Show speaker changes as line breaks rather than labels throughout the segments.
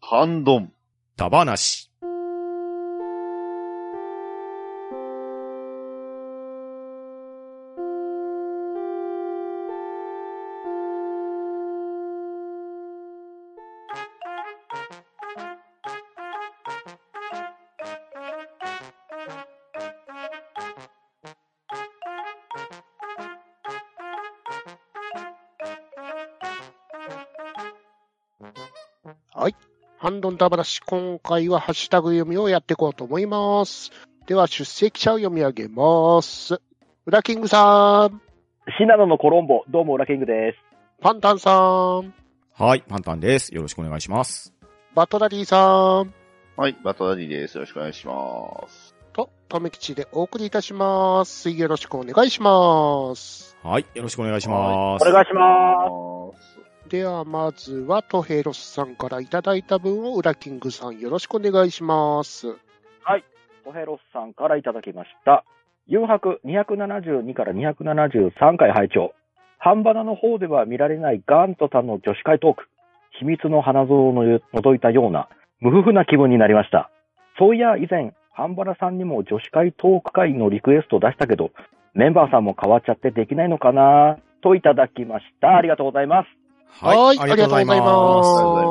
半ドン。
ダバなし。
ハンドンダバラシ、今回はハッシュタグ読みをやっていこうと思います。では、出席者を読み上げます。ウラキングさん、
シナノのコロンボ、どうも、ウラキングです。
パンタンさん、
はい、パンタンです。よろしくお願いします。
バトラリーさん、
はい、バトダディです。よろしくお願いします。
と、とめきちでお送りいたします。よろしくお願いします。
はい、よろしくお願いしま
お
す。
願いしま
では、まずは、トヘイロスさんからいただいた分をウラキングさん、よろしくお願いします。
す。トヘロスさんからいただきました。誘白272から273回拝聴。半バナの方では見られないガントさんの女子会トーク。秘密の花像をの覗いたような、無夫婦な気分になりました。そういや、以前、半バナさんにも女子会トーク会のリクエストを出したけど、メンバーさんも変わっちゃってできないのかなといただきました。ありがとうございます。
はいありがとうござい
あ
ま
り
す
がとうござい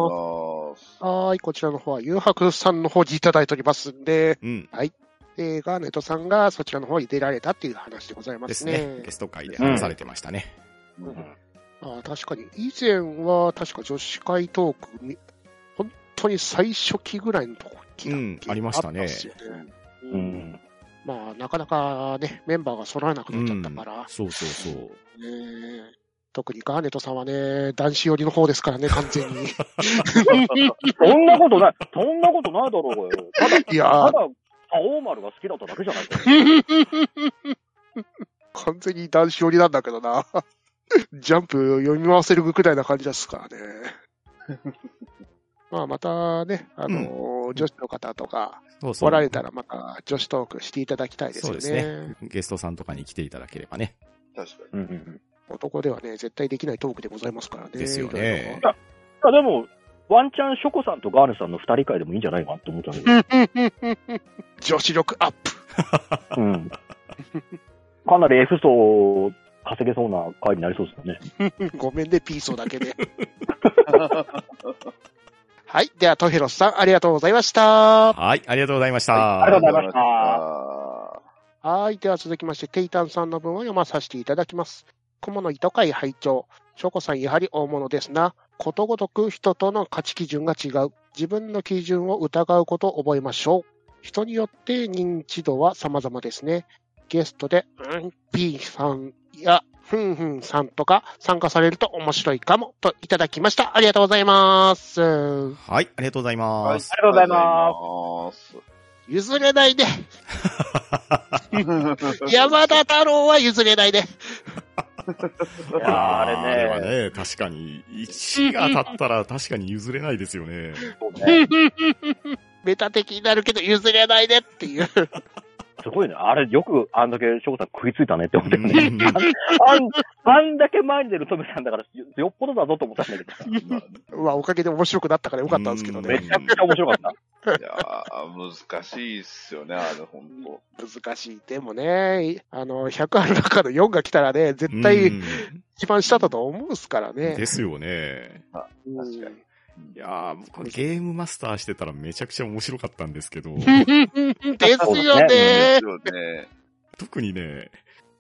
ます。
はい、こちらの方は、ユーハクさんの方にいただいておりますんで、
うん。
えー、ガーネットさんがそちらの方に出られたっていう話でございま
です
すね。
ね。ゲスト会で話されてましたね。
あー確かに、以前は確か女子会トークみ、本当に最初期ぐらいのとこ期だっ
うん
け
ありましたね
あったっすよね
う。ん。
まあ、なかなかね、メンバーが揃わなく
う
なっ
ん
ちゃったから、
そうそうそう。
ね特にガーネットさんはね、男子寄りの方ですからね、完全 に。
そんなことない。そんなことないだろうよ。ただ、
いや
た
ー、
だ、青丸が好きだっただけじゃないか。
完全に男子寄りなんだけどな。 ジャンプ読み回せるぐらいな感じですからね。 まあ、またね、あのー女子の方とか、
そうそう。
おられたらまた女子トークしていただきたいですよね。
そうですゲストさんとかに来ていただければね。
確かに。
うんうん。
男ではね、絶対できないトークでございますからね。
ですよね
いろいろ
あでも、ワンチャンショコさんとガーネさんの二人会でもいいんじゃないかなって思ったんだけ
女子力アップ。
ど。 うん。かなり F 層稼げそうな会になりそうですよね。
ごめんね、ピーソーだけで。はい。では、トヘロスさん、ありがとうございました。
はい、ありがとうございまし
あり
た
がとう。ございました
はい。では、続きまして、テイタンさんの文を読まさせていただきます。雲の糸会拝聴ショコさん、やはり大物ですな。ことごとく人との価値基準が違う。自分の基準を疑うことを覚えましょう。人によって認知度は様々ですね。ゲストで、うん、P さんや、ふんふんさんとか参加されると面白いかも、といただきました。ありがとうございます。
はい、ありがとうございます。
ありがとうござい
ます。
譲れないね。
ありがとうございます。
山田太郎は譲れないね。
いやーあれ
あれは
ね。
ね、確かに、1が立ったら確かに譲れないですよ ね。
そうね
メタ的になるけど譲れないねっていう。
すごいね。あれ、よくあんだけショコさん食いついたねって思って
う
るね。
ん
あん、あんだけ前に出るトメさんだからよ、よっぽどだぞと思ったんだけ ど。
まあ、おかげで面白くなったからよかったんですけど
め
ね。
ちゃくちゃ面白かった。
いやー難しいっすよね、あれ、ほんと。
難しい。でもね、あの、100ある中の4が来たらね、絶対
うん
一番下だと思うっすからね。
ですよね。
うん
確かに
いやー僕ゲームマスターしてたらめちゃくちゃ面白かったんですけど、
ですよ
で
ね
す。よね。
特にね、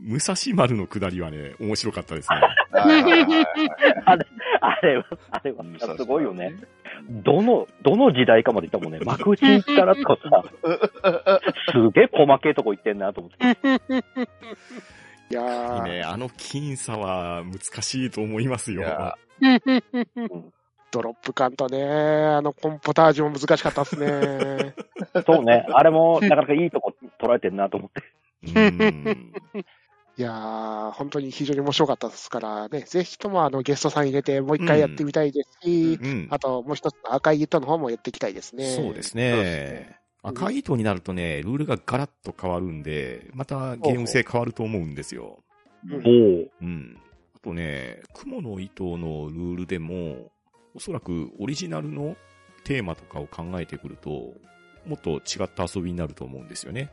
武蔵丸の下りはね、面白かったですね。
はいはいはい
あれは、あれは
うん、
すごいよね。。どの、どの時代かまで行ったもんね。幕内行ったらとかさ、 すげえ細けえとこ行ってんなと思って。
いやー
ね、あの僅差は難しいと思います
い
よ
や。
ドロップ感とね、あのコンポタージュも難しかったっすね。
そ うね。あれも、なかなかいいとこ捉えてんなと思って。
うん
いやー、本当に非常に面白かったですからね、ぜひともあのゲストさん入れて、もう一回やってみたいですし、
うん
あともう一つの赤い糸の方もやっていきたいですね。
そうです
そう
ね
で。
赤い糸になるとね、ルールがガラッと変わるんで、またゲーム性変わると思うんですよ。
お
うん。あとね、雲の糸のルールでも、おそらくオリジナルのテーマとかを考えてくると、もっと違った遊びになると思うんですよね。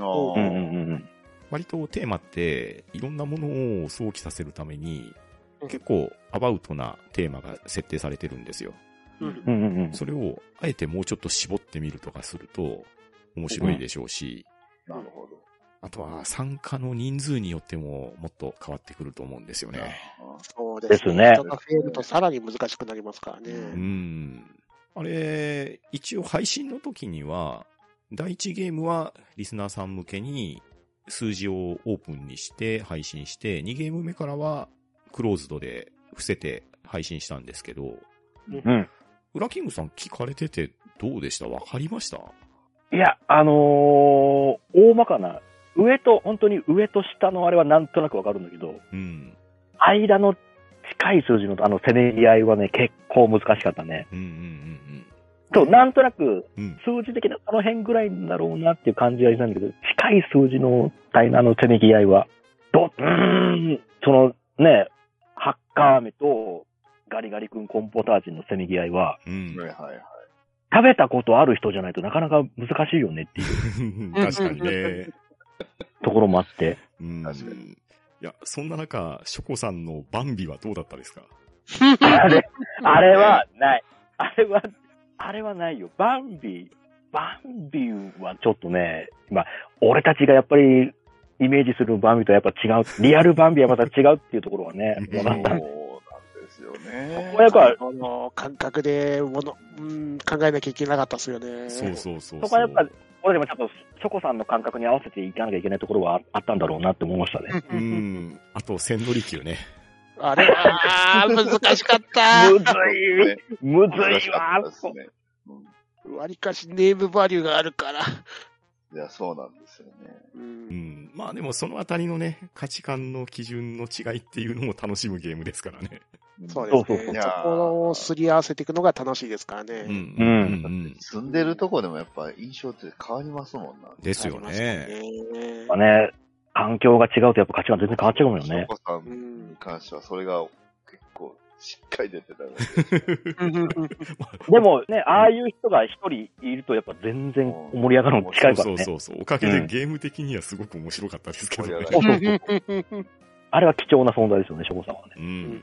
ああ、
うんうんうんうん。
割とテーマって、いろんなものを想起させるために
うん、
結構アバウトなテーマが設定されてるんですよ。
うん
うんうんうん。
それを、あえてもうちょっと絞ってみるとかすると、面白いでしょうし、
なるほど。
あとは参加の人数によってももっと変わってくると思うんですよね。
そうです
ですね
人が増えるとさらに難しくなりますからね。
うーん。あれ、一応配信の時には、第一ゲームはリスナーさん向けに数字をオープンにして配信して、2ゲーム目からはクローズドで伏せて配信したんですけど、
うん。
ウラキングさん聞かれててどうでしたわかりました
いや、あのー大まかな、上と、本当に上と下のあれはなんとなくわかるんだけど、
うん。
間の近い数字のあのせめぎ合いはね、結構難しかったね。
うんうんうん
と、なんとなく、
うん。うん。
数字的なあの辺ぐらいだろうなっていう感じはしたんだけど、近い数字の体のあのせめぎ合いは、ど、うーん、そのね、ハッカー飴とガリガリ君コンポタージュのせめぎ合いは、
う
はい
ん。
はいは
食べたことある人じゃないとなかなか難しいよねってい う
確かにね。
ところもあって、
うん。
確かに
いや、そんな中、ショコさんのバンビはどうだったですか
あれ、あれはない。あれは、あれはないよ。バンビ、バンビはちょっとね、まあ、俺たちがやっぱりイメージするバンビとはやっぱ違う。リアルバンビはまた違うっていうところはね、
い。
う
わ
ん
かっ
そうな
た。
んですよね。
親子は、
この感覚でもの、うん、考えなきゃいけなかったですよね。
そうそうそう
そこはやっぱ俺でもちょっと、ショコさんの感覚に合わせていかなきゃいけないところはあったんだろうなって思いましたね。
う
うんうん
ん。あと、千利休ね。
あれは、あー難しかった。
むずい、むず
難し
い
か
わ
ったで、すね。うん
割かしネームバリューがあるから。
いや、そうなんですよね。
う、
うんん。まあでも、そのあたりのね、価値観の基準の違いっていうのも楽しむゲームですからね。
そう
そう
です
そう
い
ね。
や
そこをすり合わせていくのが楽しいですからね。
ん
うん
ん
住んでるとこでもやっぱ印象って変わりますもんな。
ですよね。
ね
やっぱね、環境が違うとやっぱ価値観全然変わっちゃうもんよね。
翔子さ
うん
に
ん
関してはそれが結構しっかり出てたので、
でもね、ああいう人が一人いるとやっぱ全然盛り上がるの近いか
そ
ら
う
ね。
そうそう。おかげでゲーム的にはすごく面白かったですけどね。
うん
そうそうあれは貴重な存在ですよね、ショコさんはね。
うん。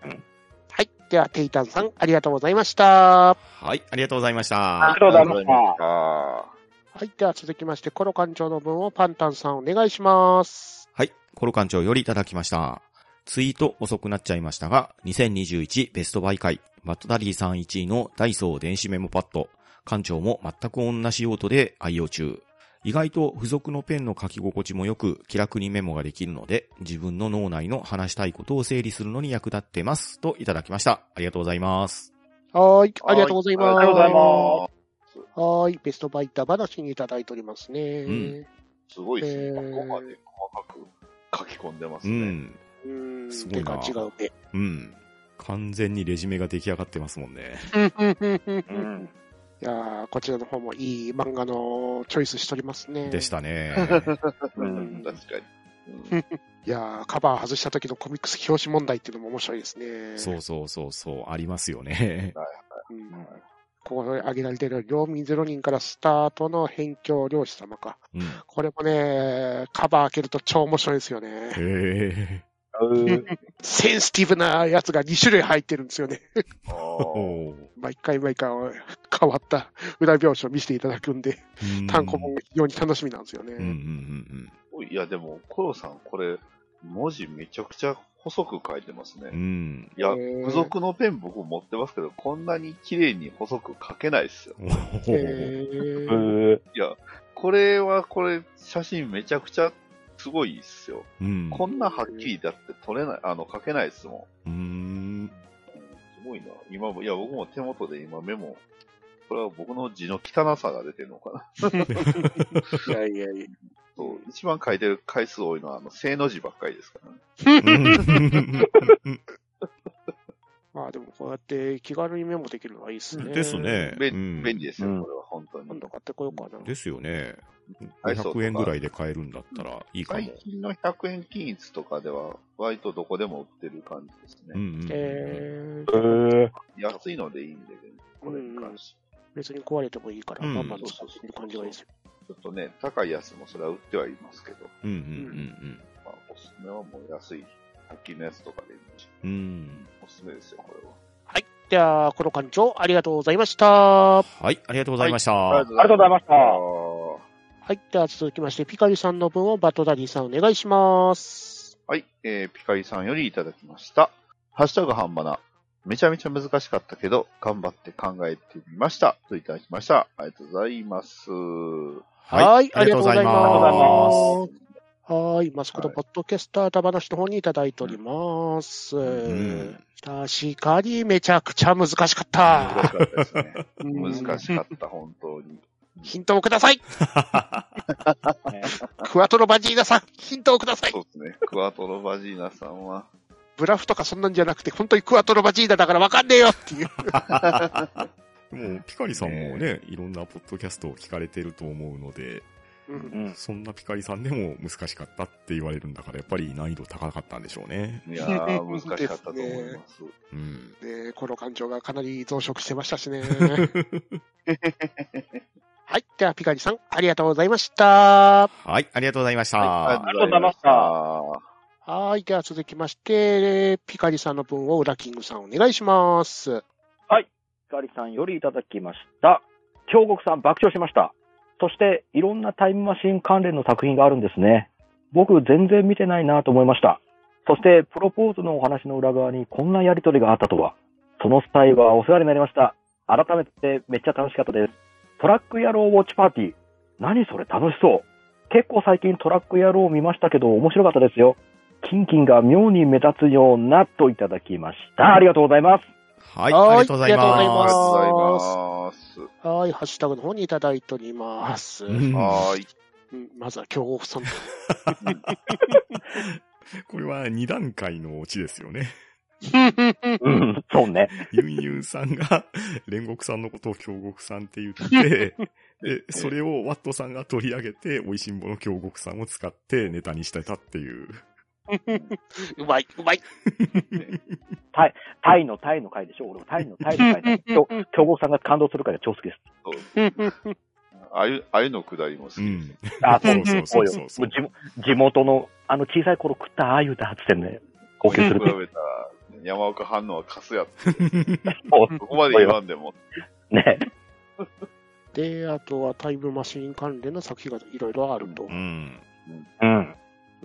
はい。では、テイタンさん、ありがとうございました。
はい、ありがとうございました。
りがとうご
あ
ざい
り
ました
がとうございました。
はい。では、続きまして、コロ館長の分をパンタンさんお願いします。
はい、コロ館長よりいただきました。ツイート遅くなっちゃいましたが、2021ベストバイ会、バットダリーさん1位のダイソー電子メモパッド。館長も全く同じ用途で愛用中。意外と付属のペンの書き心地も良く、気楽にメモができるので、自分の脳内の話したいことを整理するのに役立ってます。といただきました。ありがとうございます。
はーい。ありがとうございます。
はありがとうござい
ま
はーい。ベストバイター話にいただいておりますね。
うん
す。すごいです
え
ね。
ー
ここまで細かく書き込んでます
う
ね。
ん。
うん。
すごいな
てか違うね。
うん。完全にレジュメが出来上がってますもんね。
うんうんうんうん
う
うん
ん。
いやーこちらの方もいい漫画のチョイスしとりますね。
でし。たね。
うん 確かに。うん
いやーカバー外した時のコミックス表紙問題っていうのも面白いですね。
そうそうそうそう、ありますよね。
うんここで挙げられている領民0人からスタートの辺境漁師様か。
うん。へ
これもね、カバー開けると超面白いですよね。
え。
うん
センシティブなやつが2種類入ってるんですよね。
あー
おー
毎回毎回変わった裏表紙を見せていただくんで、単行本。が非常に楽しみなんですよね。
うんうんうん
いや、でも、コロさん、これ、文字めちゃくちゃ細く書いてます
うん。う
ね。
ん。
いや、
へー
付属のペン僕持ってますけど、こんなに綺麗に細く書けないっすよ。
おー
へー
うー
いや、これはこれ、写真めちゃくちゃすごいっすよ。
うん。
こんなはっきりだって撮れない、あの、書けないっすも
うーん。
ん。うんすごいな。今も、いや、僕も手元で今メモ、これは僕の字の汚さが出てるのかな。
いやいやいや。
そう、一番書いてる回数多いのは、あの、正の字ばっかりですからね。
まあでもこうやって気軽にメモできるのはいいですね。
ですね。
べ
うん
便利ですよ、
うん
これは本当に。
今度買ってこようかな。
ですよね。
はいそう
500円ぐらいで買えるんだったらいいかも。
最近の100円均一とかでは、割とどこでも売ってる感じです
うん
ね。
うんうん。
えー
うー
安いのでいいんだけど、これに関して。
別に壊れてもいいから、
うん
バンバン使ってる感じがいいですよ。
ちょっとね、高いやつもそれは売ってはいますけど、
うんうん
まあ、おすすめはもう安い、100均のやつとかでいいし、
うんうん。うん。
おすすめですよ、これは。
では、この館長、ありがとうございました。は。
はい、ありがとうございました。
ありがとうございました
はい
では、続きまして、ピカリさんの分をバトダディさんお願いします。
い、えー、ピカリさんよりいただきました。ハッシュタグ半ばな。めちゃめちゃ難しかったけど、頑張って考えてみました。といただきました。ありがとうございます。
はいありがとうございます
ありがとうござい
す。
ます。はい。マスコットポッドキャスターた話の方にいただいております。
ん
確かにめちゃくちゃ難しかった。
難しかったですね。
うん
難しかった、本当に。
ヒントをください。
ね
クワトロバジーナさん、ヒントをください
そ。うですね。クワトロバジーナさんは、
ブラフとかそんなんじゃなくて、本当にクワトロバジーナだからわかんねえよっていう。
もう、ピカリさんもね、いろんなポッドキャストを聞かれてると思うので、
うん
うん
そんなピカリさんでも難しかったって言われるんだから、やっぱり難易度高かったんでしょうね。
いやー、難しかったと思います。
うん。
ねえこの感情がかなり増殖してました しね。はい。では、ピカリさん、ありがとうございました。
はい、ありがとうございました。
はい
ありがとうございました
あ
はい。では、続きまして、ピカリさんの分をウラキングさんお願いします。
ひかりさんよりいただきました。京極さん爆笑しました。そして、いろんなタイムマシン関連の作品があるんですね。僕、全然見てないなと思いました。そして、プロポーズのお話の裏側にこんなやりとりがあったとは。その際はお世話になりました。改めてめっちゃ楽しかったです。トラック野郎ウォッチパーティー。何それ楽しそう。結構最近トラック野郎を見ましたけど面白かったですよ。キンキンが妙に目立つようなといただきました。ありがとうございます。
はい、
はい
ありがとうござい
ありがとうご
ま
ざいま
す。
す
りがとうございます。
はい。ハッシュタグの方にいただいております。
うん
はーい。
うんまずは、京極さん。
これは2段階のオチですよね。
うん、そうね。
ユンユンさんが、煉獄さんのことを京極さんって言って、で、それをワットさんが取り上げて、美味しんぼの京極さんを使ってネタにしてたっていう。
うまい、うまい。
タイのタイの回でしょ俺もタイのタイの回で。今日、強豪さんが感動するから超好きです。
そうああいう、ああいうのくだりも好き
う
ですね。
ん。
あ、
そ
そう う
そうそうそう
もう地元地元の、あの小さい頃食ったああいうだっつってね、号
これ
泣
に比
する。そう
べた山岡反応はカスやって、
そう
ここまで言わんでも。
ね。
で、あとはタイムマシン関連の作品がいろいろあると。
うん。
うん。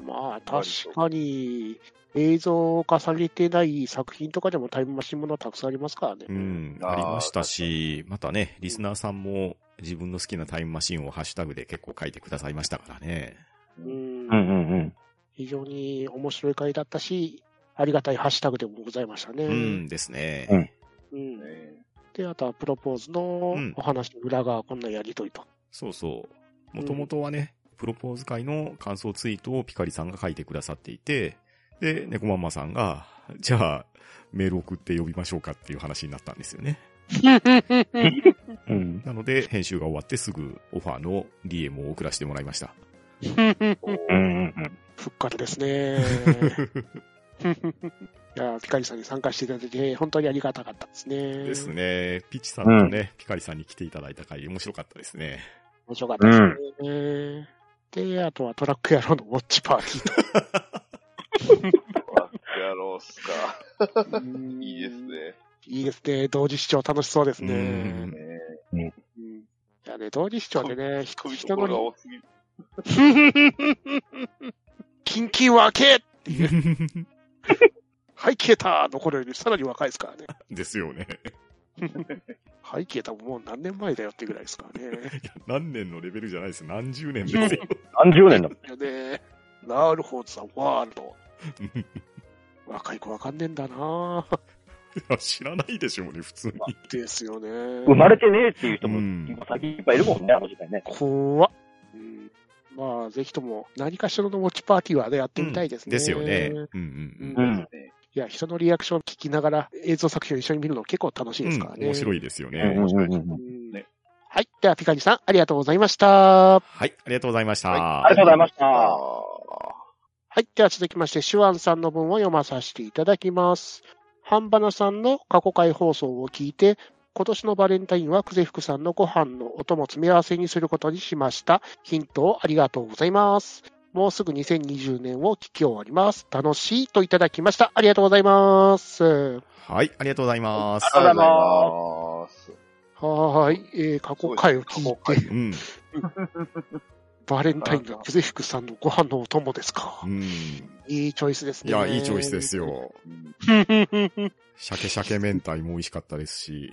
まあ、確かに、映像化されてない作品とかでもタイムマシンものはたくさんありますからね。
うん。
あー
ありましたし、またね、リスナーさんも自分の好きなタイムマシンをハッシュタグで結構書いてくださいましたからね。
う。
うんんうんうん。
非常に面白い回だったし、ありがたいハッシュタグでもございましたね。
うんですね。
う
う
ん
ん
ね
で、あとはプロポーズの
うん
お話の裏側、こんなやりとりと。
そうそう。もともとはね、プロポーズ会の感想ツイートをピカリさんが書いてくださっていて、で、猫ママさんが、じゃあ、メール送って呼びましょうかっていう話になったんですよね。
うん。
なので、編集が終わってすぐオファーの DM を送らせてもらいました。
うんうんうん。
復活です ね。いやーピカリさんに参加していただいて、本当にありがたかったですね。
ですね。ピチさんとね、ピカリさんに来ていただいた回面白かったですね。
面白かったですね。で、あとはトラック野郎のウォッチパーティーと。
わやろうっすか。 いいですね。
いいですね。同時視聴楽しそうですね。
う
ね
ん
うんいやね、同時視聴でね、
低
ひ
いと
人
こ
の
ろが多
り、
すぎる。
キンキンは開けはい、消えたの頃よりさらに若いですからね。
ですよね。
はい、消えたももう何年前だよってぐらいですからね。
何年のレベルじゃないです。何十年ですよ。
何十年だも
い
ん。
やね、なるほど、ザ・ワールド。若い子わかんねえんだなぁ。
いや 知らないでしょうね、普通に。
ですよね。
生まれてねえっていう人も、
うん
今先いっぱいいるもんね、あの時代ね。
怖っ。うんまあ、ぜひとも何かしらのウォッチパーティーはね、やってみたいですね。
ですよね。うんうんうん。
ん。
いや、人のリアクションを聞きながら映像作品を一緒に見るの結構楽しいですからね。
うん面白
い。
いですよ
う
ね。
んうんうんうん。
ね
はい。では、ピカニさん、ありがとうございました。は
はい、ありがとうございました。
ありがとうございました
い。では、続きまして、シュワンさんの文を読まさせていただきます。ハンバナさんの過去回放送を聞いて、今年のバレンタインは久世福さんのご飯のお供詰め合わせにすることにしました。ヒントをありがとうございます。もうすぐ2020年を聞き終わります。楽しいといただきました。ありがとうございます。
はい、ありがとうございます。
ありがとうございます。
はーい、えー過去回を聞いて、
うん。
バレンタインが久世福さんのご飯のお供ですか
う。ん。い
いいチョイスですね。
や、いいチョイス で。すよ。
うん
鮭鮭明太も美味しかったですし、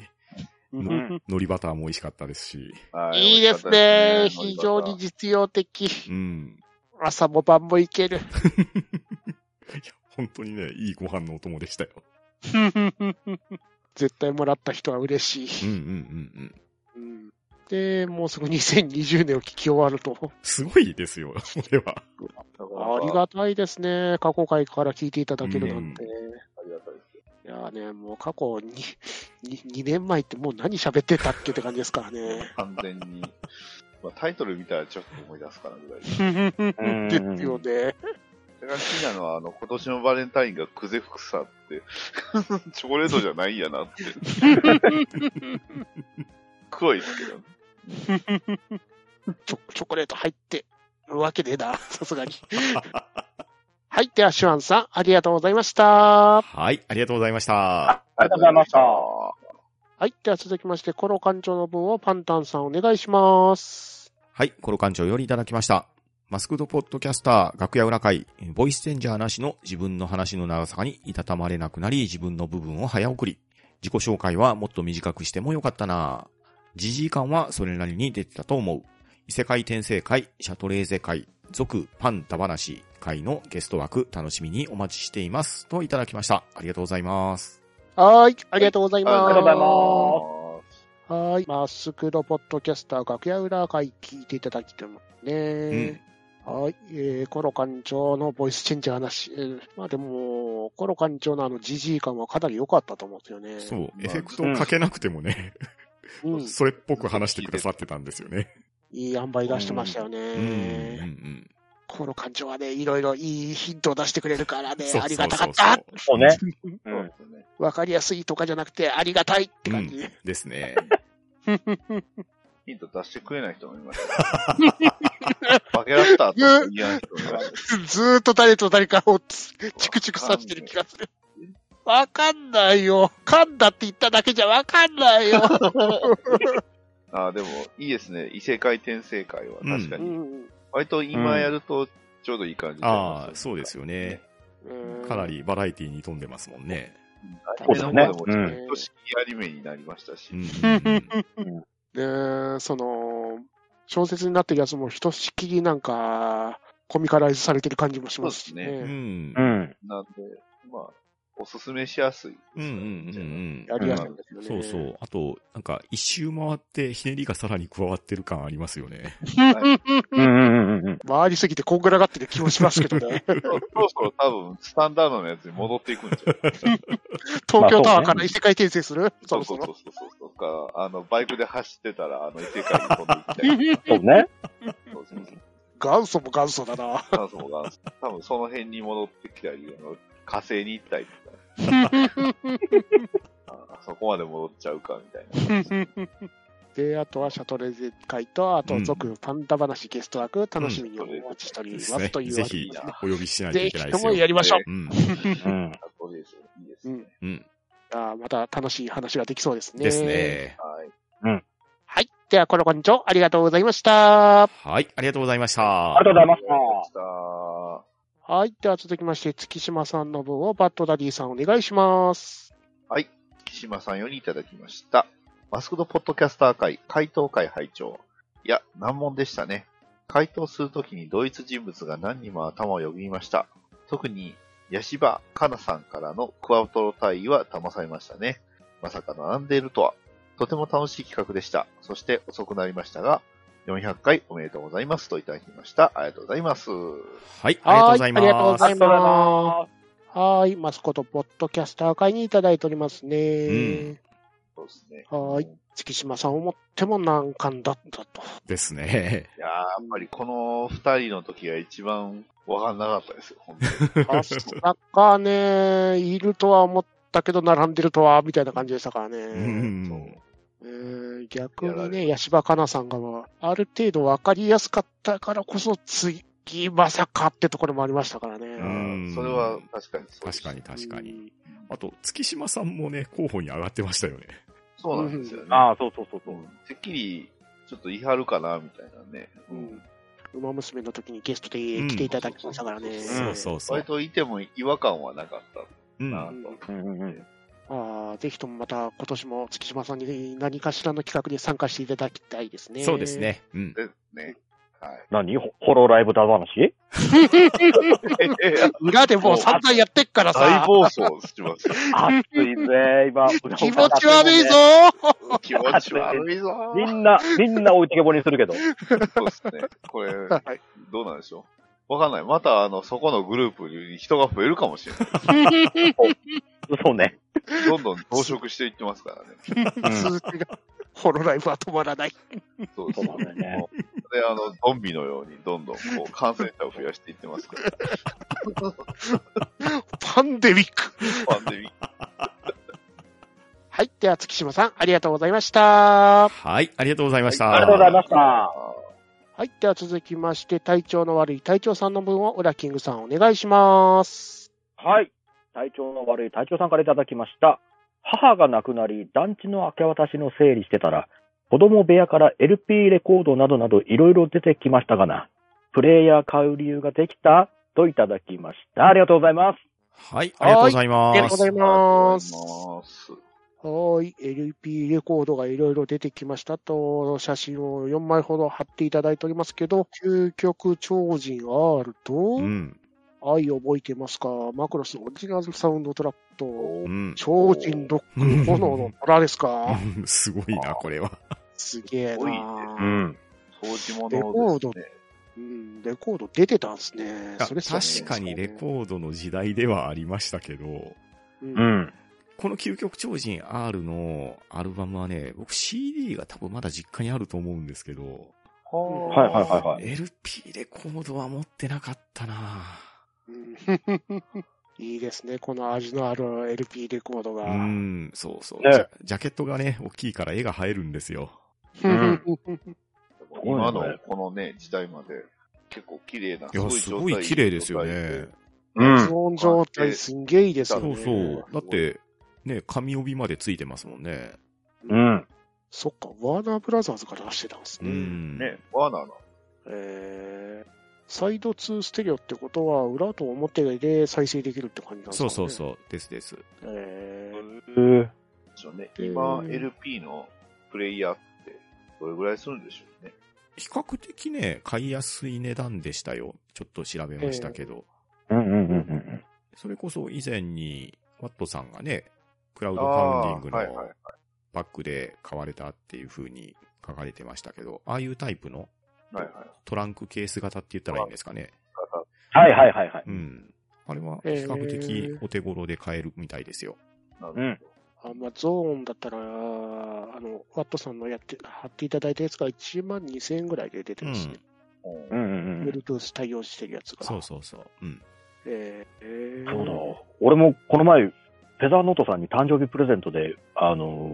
ん
海苔バターも美味しかったですし。
は
はいいいですね。
美味しかったですね
非常に実用的。
うん。
朝も晩もいけ る。
本当にね、いいご飯のお供でしたよ。
絶対もらった人は嬉
う
し
ん
い。
うんうんうん。
うんで、もうすぐ2020年を聞き終わると。
すごいですよ、これは。
なかなか
ありがたいですね。過去回から聞いていただけるなんて。
ありがたいですよ
いやーね、もう過去に、に2年前ってもう何喋ってたっけって感じですからね。
完全に。まあ、タイトル見たらちょっと思い出すかなぐらい。
うん
ですよね。
それが気になるのは、あの、今年のバレンタインがクゼフクサって、 チョコレートじゃないんやなって。黒いですけど、
チョチョコレート入ってるわけねえな、さすがに。 はい、では、シュアンさん、ありがとうございました。
はい、ありがとうございました。
ありがとうございました。
はい、では続きまして、この館長の分をパンタンさんお願いします。
はい、コロ館長よりいただきました。マスクドポッドキャスター、楽屋裏会、ボイスチェンジャーなしの自分の話の長さにいたたまれなくなり、自分の部分を早送り。自己紹介はもっと短くしてもよかったなジジイ感はそれなりに出てたと思う。異世界転生会、シャトレーゼ会、続パンタ話会のゲスト枠楽しみにお待ちしています。といただきました。ありがとうございます。
はーい、ありがとうございます。
ありがとうございます。
はーい。マスクドポッドキャスター楽屋裏会聞いていただきてもね。はーい。えー、コロ館長のボイスチェンジ話。えーまあでも、コロ館長のあのジジイ感はかなり良かったと思うんですよね。。
そうう、エフェクトをかけなくてもね、
うん。い
それっぽく話してくださってたんですよね。
い塩梅出してましたよ
うん、うん、う
ね。
ん。
コロ館長はね、いろいろいいヒントを出してくれるからね
そう、そう
あり
そ
が
う
た
そ
か
う
った。
そうね。う。
そうんですね。
わかりやすいとかじゃなくて、ありがたいって感じ。
ですね。
ヒント出してくれない人もいました。化けらした後って嫌な人もいました。
ずーっと誰と誰かをつチクチクさしてる気がする。わかんないよ。噛んだって言っただけじゃわかんないよ。
ああ、でも、いいですね。異世界転生会は確か
う
に。
ん
割と今やるとちょうどいい感じ
ああ、そうですよね。
うん
かな。りバラエティに富んでますもんね。
アニメの方でも、
そう
ちょ
だね
っと組織アニメになりましたし
う。んうんうん
で、その、小説になってるやつもひとしきりなんか、コミカライズされてる感じもしますし
そう
う
で
ん
ね。
う。ん。
なんで、まあ、おすすめしやすい。
うんうん
やりやすいです
う
よ
ん。
ね。
そうそう。あと、なんか、一周回ってひねりがさらに加わってる感ありますよね。
うんうんうんうん。
回りすぎてこんがらがってる気もしますけどね。
そろそろそろ多分、スタンダードのやつに戻っていくんじゃない
東京タワーから異世界転生するそ
そうそ
ろそうろ
そう。そうそう。とか、あの、バイクで走ってたら、あの、異世界に飛んでいき たい。
そうね。
そうそうそう。
元祖も元祖だ な。
酸素が、多分その辺に戻ってきたり、あの火星に行ったりとか。あそこまで戻っちゃうか、みたいな。
で、あとはシャトレーゼ会と、あ
う
と、
ん
続パンダ話ゲスト枠、楽しみにお待ちしており
で
ます
すね。
という
ぜ
わけ
ひ
ですね。、
お呼びしないと
ぜ
い
ひ
けないで
と
す
も
よ。
やりましょう。
うん。
うん。
あそうです。いいです
うん
ね。
うん。
あーまた楽しい話ができそうですね。
です。ね。
はい。
はい。では、このこんにちは。ありがとうございました。
はい、ありがとうございました。
ありがとうございまし
ありがとうございました。は
はい。では、続きまして、月島さんの分をバッドダディさんお願いします。
い。木島さんよりいただきました。マスクドポッドキャスター会、回答会拝聴いや、難問でしたね。回答するときに同一人物が何人も頭をよぎりました。特に、ヤシバカナさんからのクワトロ大尉は騙されましたね。まさか並んでいるとは。とても楽しい企画でした。そして遅くなりましたが、400回おめでとうございますといただきました。ありがとうございます。
はい、ありがとうございま
はいありがとう
す
ござ。いまはい。マスコットポッドキャスター会にいただいておりますね。
うん
そうですね。
はーい
い
月島さんをもっても難関だったと。
ですね。
やーやっぱりこの二人の時が一番わかんなかったですよ、本当に。
まさかね、いるとは思ったけど、並んでるとは、みたいな感じでしたから
うん
ね。
そう
えー逆にね、八柴かなさんが、ある程度分かりやすかったからこそ、次、まさかってところもありましたからね。
う
うん
んそれは確かにそうです
確かに確か
う
に。
ん
あと、月島さんもね、候補に上がってましたよね。
そうなんですよね。
ああ、そうそうそうそうう。
んてっきり、ちょっと言い張るかな、みたいなね。う
うんん。馬娘の時にゲストで来ていただきましたからね。
うん
そうそうそ
割
う。
といても違和感はなかった
うん。
な
は
と。
うんうんうん。
ああ、ぜひともまた今年も月島さんに何かしらの企画に参加していただきたいですね。
そうです。ね。うん。
です ね。はい。
何ホホロライブだ話
裏でもう散々やってっから
大
さ、
暴走します よ。
熱いぜ、今。
気持ち悪いぞ
気持ち悪いぞ
みんな、みんな置いてけぼりにするけど。
そうですね。これ、
は
どうなんでしょうわかんない。また、あの、そこのグループに人が増えるかもしれない。
そうね。
どんどん増殖していってますからね。
うん
続きが、ホロライブは止まらない。
そうです
そうなんだよね。
で、あの、ゾンビのように、どんどん、こう、感染者を増やしていってます から。
パンデミック。
パンデミック
はい。では、月島さん、ありがとうございました。
はい、ありがとうございまし
は
た。
ありがとうございました。
はい。では、続きまして、体調の悪い隊長さんの分を、オラキングさん、お願いします。
はい。体調の悪い隊長さんからいただきました。母が亡くなり、団地の明け渡しの整理してたら、子供部屋から LP レコードなどなどいろいろ出てきましたがな。プレイヤー買う理由ができたといただきました。ありがとうございます。
はい、ありがとうございます。
ありがとうございます
ありがとうございます。
はーい。LP レコードがいろいろ出てきましたと、写真を4枚ほど貼っていただいておりますけど、究極超人 R と
う、ん。
愛覚えてますかマクロスオリジナルサウンドトラックと、
うん。
超人ロック、炎の虎ですか
すごいな、これは。
すげえ
多い
な、
ん。
掃除
レコー
物
ド
ですね。
うん。レコード出てたんですね。それっすよね
確かにレコードの時代ではありましたけど、
うん
うん。
この究極超人 R のアルバムはね、僕 CD が多分まだ実家にあると思うんですけど、
は
はいはいはいはい。
LP レコードは持ってなかったな
うん いいですね、この味のある LP レコードが。
うん、そうそう、
ね
ジャジャケットがね、大きいから絵が映えるんですよ。
うんごいね
今のこのね、時代まで、結構綺麗な、
いや、すごい綺麗ですよね。。
う
保。存状態すんげえいいです
そ
よ
う
ね。
そう。だって、ね、紙帯までついてますもんね。
うん。
そっか、ワーナーブラザーズから出してたんです
う
ね。
ん。
ね、ワーナーの。
えーサイド2ステレオってことは、裏と表で再生できるって感じなんですか
そ
ね。
うそうそう。ですです。
う。えー
ですよね。
うん
今、LP のプレイヤーって、どれぐらいするんでしょうね。
比較的ね、買いやすい値段でしたよ。ちょっと調べましたけど。
うんうんうんうん。
それこそ以前に、ワットさんがね、クラウドファウンディング
あーはいはい
のバッグで買われたっていう風に書かれてましたけど、ああいうタイプの
はいはい。
トランクケース型って言ったらいいんですかね。
はいはいはいはい。
うん。あれは比較的お手頃で買えるみたいですよ。
なるほど。
うん。
あまあ、ゾーンだったら、あの、ワットさんのやって、貼っていただいたやつが1万2000円ぐらいで出てますね。
うんうんうん。
Bluetooth 対応してるやつが。
そうそうそう。 うん。
えー
そうだ。俺もこの前、フェザーノートさんに誕生日プレゼントで、あの、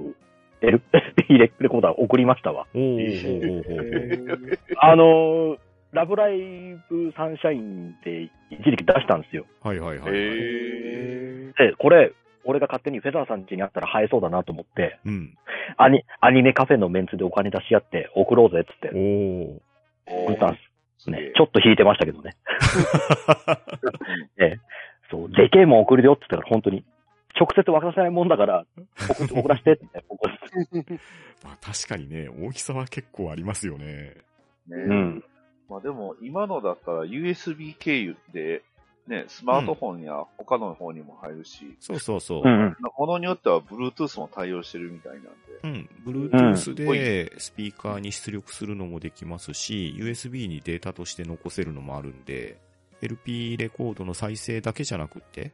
LP レコーダー送りましたわ。
おー。
えー
あのーラブライブサンシャインで一時期出したんですよ。
はいはいはい、はい。
え
え
で、これ、俺が勝手にフェザーさん家にあったら生えそうだなと思って、
うん。
アニアニメカフェのメンツでお金出し合って送ろうぜっつって、
おー。
送ったんですね。ちょ
ょっ
っと引いてました けどね。ええそう、でけえもん送るよっつったから、本当に。直接渡せないもんだから、送って送らせてって、僕
まあ確かにね、大きさは結構ありますよね。
と
う
ね。
ん。
まあでも、今のだったら USB 経由で、ね、スマートフォンや他の方にも入るし、
そうそうそう。
うんうん。
ものによっては Bluetooth も対応してるみたいなんで。
うん。Bluetooth でスピーカーに出力するのもできますし、USB にデータとして残せるのもあるんで、LP レコードの再生だけじゃなくって、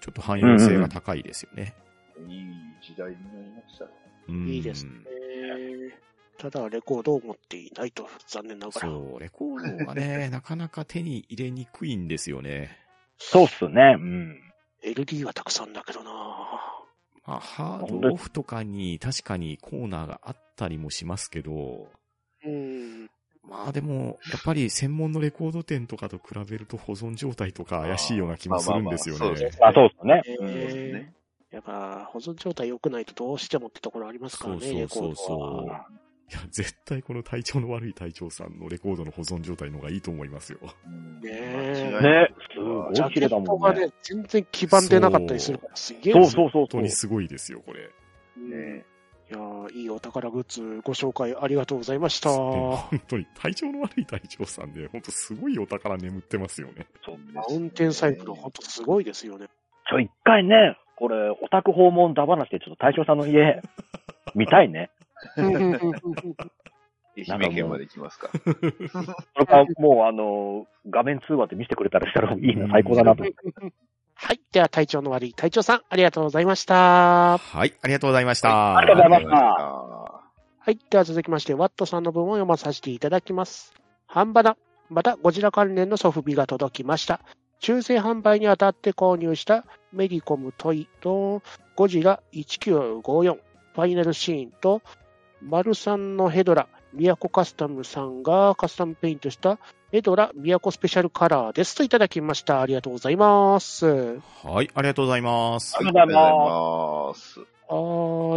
ちょっと汎用性が高いですよね。
いい時代になりましたね。
うん
いいですね。ただ、レコードを持っていないと、残念ながら。
そう、レコードが ね、なかなか手に入れにくいんですよね。
そうっすね。うん。
LD はたくさんだけどな
あ、ハードオフとかに確かにコーナーがあったりもしますけど、
うん。
まあでも、やっぱり専門のレコード店とかと比べると保存状態とか怪しいような気もするんですよ
まあまあまあそうで
ね
す。
あ、そうですよね。
そうです
え
ね。
ー、やっぱ保存状態良くないとどうしてもってところありますからね、
そうそうそうそう
レコードは。
いや、絶対この体調の悪い隊長さんのレコードの保存状態の方がいいと思いますよ。
うん
ね
間違いな
ね
く、
すご
ジ
い
ャ
綺
ケ
麗だ
ット
も
が
んね。
ね、全然黄ばんでなかったりするから、すげえ
そ
で
う
すよ
そ
本
うそうそ
当
う
に。すごいですよ、これ。
ね
いやーいいお宝グッズご紹介ありがとうございました。マ
本当に体調の悪い隊長さんで、本当すごいお宝眠ってますよね。
そうですね
ウンテンサイクル、本当すごいです よね。
ちょ、一回ね、これ、オタク訪問だ話で、ちょっと大将さんの 家、見たいね。
愛媛県まで行きますか。
それか、もう、あの、画面通話で見せてくれたらしたらいいな、最高だなと。
はい。では、体調の悪い隊長さん、ありがとうございました。
はい、ありがとうございました。
ありがとうございました
はい。では続きまして、ワットさんの文を読まさせていただきます。半ばだ。また、ゴジラ関連のソフビが届きました。中性販売にあたって購入したメディコムトイとゴジラ1954ファイナルシーンとマルさんのヘドラ、ミヤコカスタムさんがカスタムペイントしたヘドラミヤコスペシャルカラーですといただきました。ありがとうございます。
はい、ありがとうございます。
あ
あ
り
り
がと
が
う
とう
ご
ご
ざいます。
ざい
は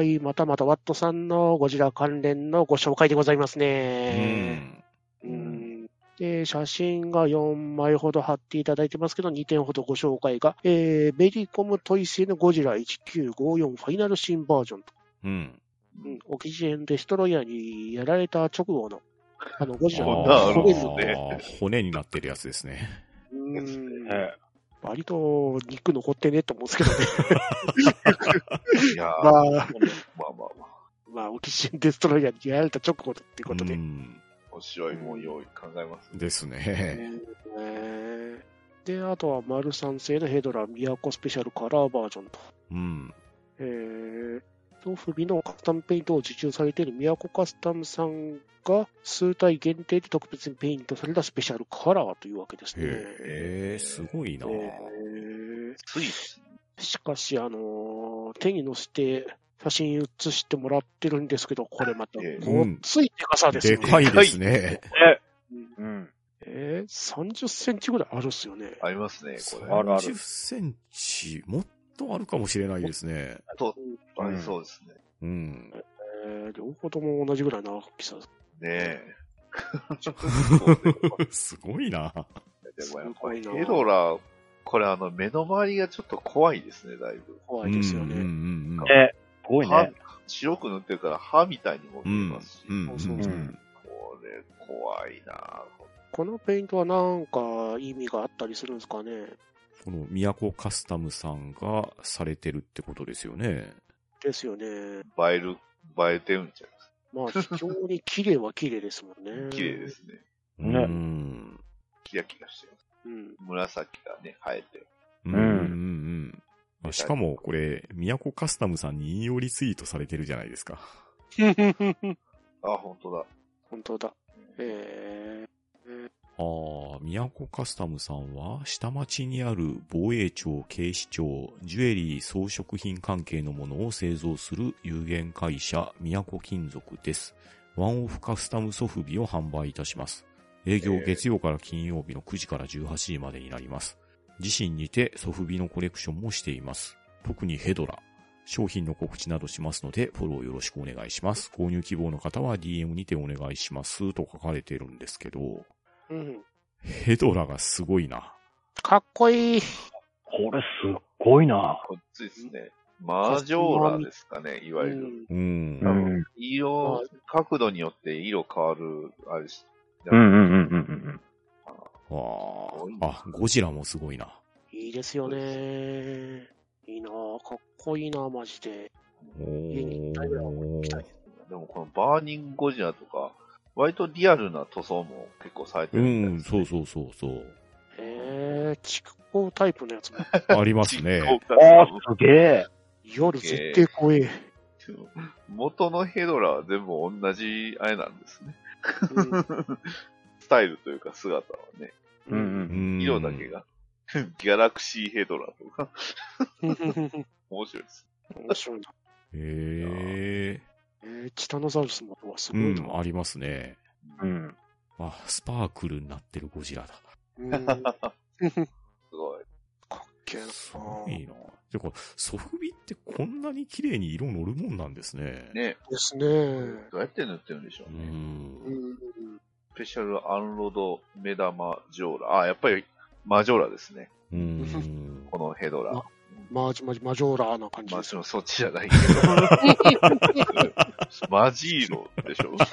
ーい。またまたワットさんのゴジラ関連のご紹介でございます
う
ね。
ん。
うんで、写真が4枚ほど貼っていただいてますけど、2点ほどご紹介が、えー、メディコムトイ製のゴジラ1954ファイナル新バージョンと、
うん。
うん、オキシエンデストロイヤーにやられた直後の、あの、ゴジラ
そ
の
うなるほどね
あー骨になってるやつですね。
うん
え
割と肉残ってねと思うんですけどね。
いやー
ま
まあ
あ、
まあまあ、
まあ、オキシエンデストロイヤーにやられた直後ということで
う。ん。
面白いもん用意考えます。
ですね。
えーで、あとは、マルサン製のヘドラ、ミヤコスペシャルカラーバージョンと。
うん。
えー、と、不備のカスタムペイントを受注されている宮古カスタムさんが数体限定で特別にペイントされたスペシャルカラーというわけですね。
へえ、すごいな
え
ついですね
ーしかし、あのー手に乗せて写真写してもらってるんですけど、これまた、
ええ
ごっついデカさです
で
よね。
かいですね。
うん。
えー、30センチぐらいあるっすよね。
ありますね、これ。
あるある
30センチ、もっとあるかもしれないですね。
と
うん
ありそうですね。
うん。
えー両方とも同じぐらいの大きさ。
ねえ。そうで
すごいな
もやっぱりヘドラ、これあの目の周りがちょっと怖いですね、だいぶ。
怖いですよ
うんうんう
ね。
んうん。
えすごい
歯
ね。
白く塗ってるから歯みたいにも見えますし、
うん
そううんそ
う
う
そうん
これ怖いなぁ
このペイントはなんか意味があったりするんですかね。
この、都カスタムさんがされてるってことですよね。
ですよね。
映える、映えてるんじゃないですか。。
まあ、非常に綺麗は綺麗ですもんね
綺麗で。すね。
う
ね
ん。
キラキラしてます。
うん。
紫がね、生えてる。
うんうんうんまあしかも、これ、都カスタムさんに引用リツイートされてるじゃないですか。
あ、本当だ。
本当だ。え
ああ、都カスタムさんは、下町にある防衛庁、警視庁、ジュエリー装飾品関係のものを製造する有限会社、都金属です。ワンオフカスタムソフビを販売いたします。営業月曜から金曜日の9時から18時までになります。自身にてソフビのコレクションもしています。特にヘドラ。商品の告知などしますので、フォローよろしくお願いします。購入希望の方は DM にてお願いします。と書かれているんですけど、
ー、うん。
ヘドラがすごいな。
かっこいい。
これ、すっごいな。
こっちですね。マージョーラですかね、いわ
う
ゆる。
ん。
うん。
多分
うん
色、角度によって色変わる、あれです。
うんうんうん。
ああ。あ、ゴジラもすごいな。
いいですよね。いいなぁ。かっこいいなぁ、マジで。
お
家に一体ぐらいは置いておきたい
でもこのバーニングゴジラとか、割とリアルな塗装も結構されて
う
るみたい
ん、
です
そうそうそうそう。
えー、蓄光タイプのやつも。
ありま すね。
ああ、すげえ。
夜絶対怖え。
元のヘドラは全部同じあれなんですね。
うん
スタイルというか姿はね、
う
う
ん
ん
う ん
色だけ。が。ギャラクシーヘドラとか、
うん
面白いです。
面白いな。
へえ。
えー、ティタノザウルスもうわす
う
ごい
ん、
な。
ありますね。
うん。
あ、スパークルになってるゴジラだ。
うん、かっ
すごい。
けえな。
すごいな。てか、ソフビってこんなに綺麗に色乗るもんなんですね。
ね
ですね。うん
どうやって塗ってるんでしょ
う
うね。
ん。
スペシャルアンロード目玉ジョーラ。あ、やっぱりマジョーラですね。
うん。
このヘドラ
あ。マジマジマジョーラーな感じ
ま
で
あ、
す
そ
よ。
のそっちじゃないけど。マジーロでしょマ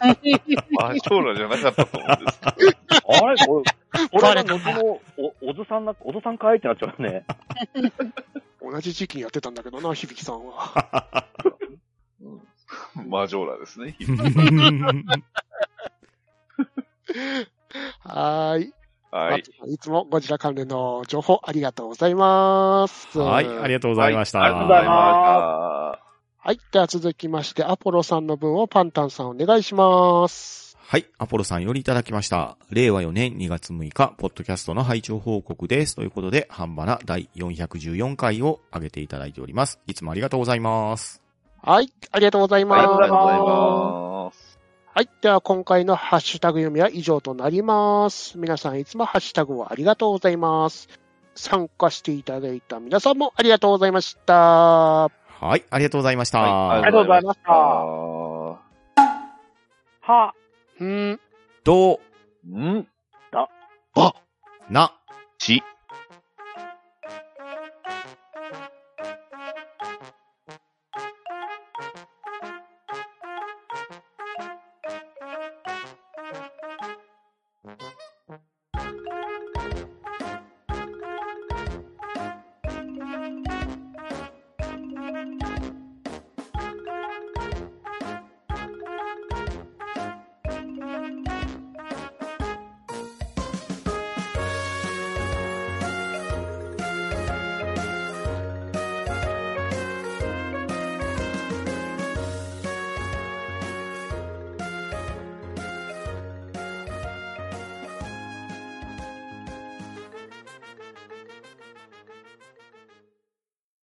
ジョーラじゃなかったと思うんですけど。
あれこれ、これ
バレた
後のお、おずさんな、おずさんかいってなっちゃうね。
同じ時期にやってたんだけどな、響さんは。
うん、マジョーラですね。
はーい。
はい。
まあいつもゴジラ関連の情報ありがとうございます。
はい、ありがとうございました。
はありがとうございました。
はい。では続きまして、アポロさんの分をパンタンさんお願いします。
はい、アポロさんよりいただきました。令和4年2月6日、ポッドキャストの拝聴報告です。ということで、ハンバナ第414回を上げていただいております。いつもありがとうございます。
はい。ありがとうございます。
ありがとうございます。
はい。では、今回のハッシュタグ読みは以上となります。皆さん、いつもハッシュタグをありがとうございます。参加していただいた皆さんもありがとうございました。
はい、ありがとうございました。
はい
がとうございました
ありがとうございま
は、
うん。
どう、
した。ん
な、
ち。